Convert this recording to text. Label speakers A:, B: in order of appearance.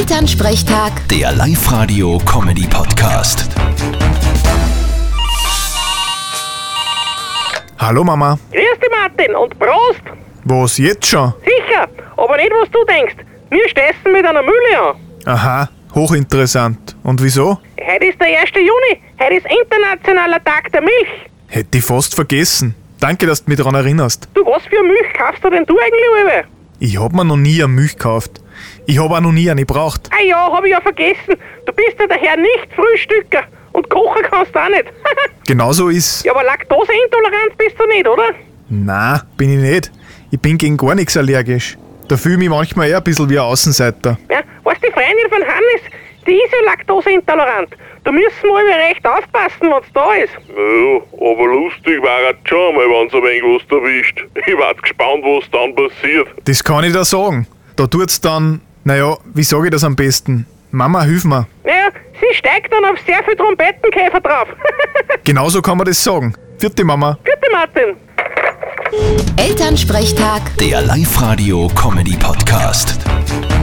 A: Elternsprechtag,
B: Der Live-Radio-Comedy-Podcast.
C: Hallo Mama,
D: Grüß dich, Martin, und Prost!
C: was jetzt schon?
D: Sicher, aber nicht, was du denkst. Wir stessen mit einer Mühle an.
C: Aha, hochinteressant. Und wieso?
D: Heute ist der 1. Juni, heute ist internationaler Tag der Milch.
C: Hätte ich fast vergessen. Danke, dass du mich daran erinnerst.
D: Du, was für eine Milch kaufst du denn du eigentlich, Uwe?
C: Ich hab mir noch nie eine Milch gekauft. Ich hab auch noch nie eine gebraucht.
D: Ah ja, hab ich ja vergessen. Du bist ja daher nicht Frühstücker und kochen kannst du auch nicht.
C: Genauso ist.
D: ja, aber Laktoseintolerant bist du nicht, oder?
C: Na, bin ich nicht. Ich bin gegen gar nichts allergisch. Da fühle ich mich manchmal eher ein bisschen wie ein Außenseiter.
D: Ja, weißt du, die Freundin von Hannes, die ist ja Laktoseintolerant. Da müssen wir immer recht aufpassen, wenn's da ist.
E: Naja, Äh, aber lustig war es schon mal, wenn's ein wenig was erwischt. Ich war gespannt, was dann passiert.
C: Das kann ich da sagen. Da tut's dann, naja, wie sage ich das am besten? Mama, hilf mir.
D: Naja, sie steigt dann auf sehr viel Trompetenkäfer drauf.
C: Genauso Genau kann man das sagen. Vierte Mama.
D: Bitte, Martin.
A: Elternsprechtag.
B: Der Live-Radio-Comedy-Podcast.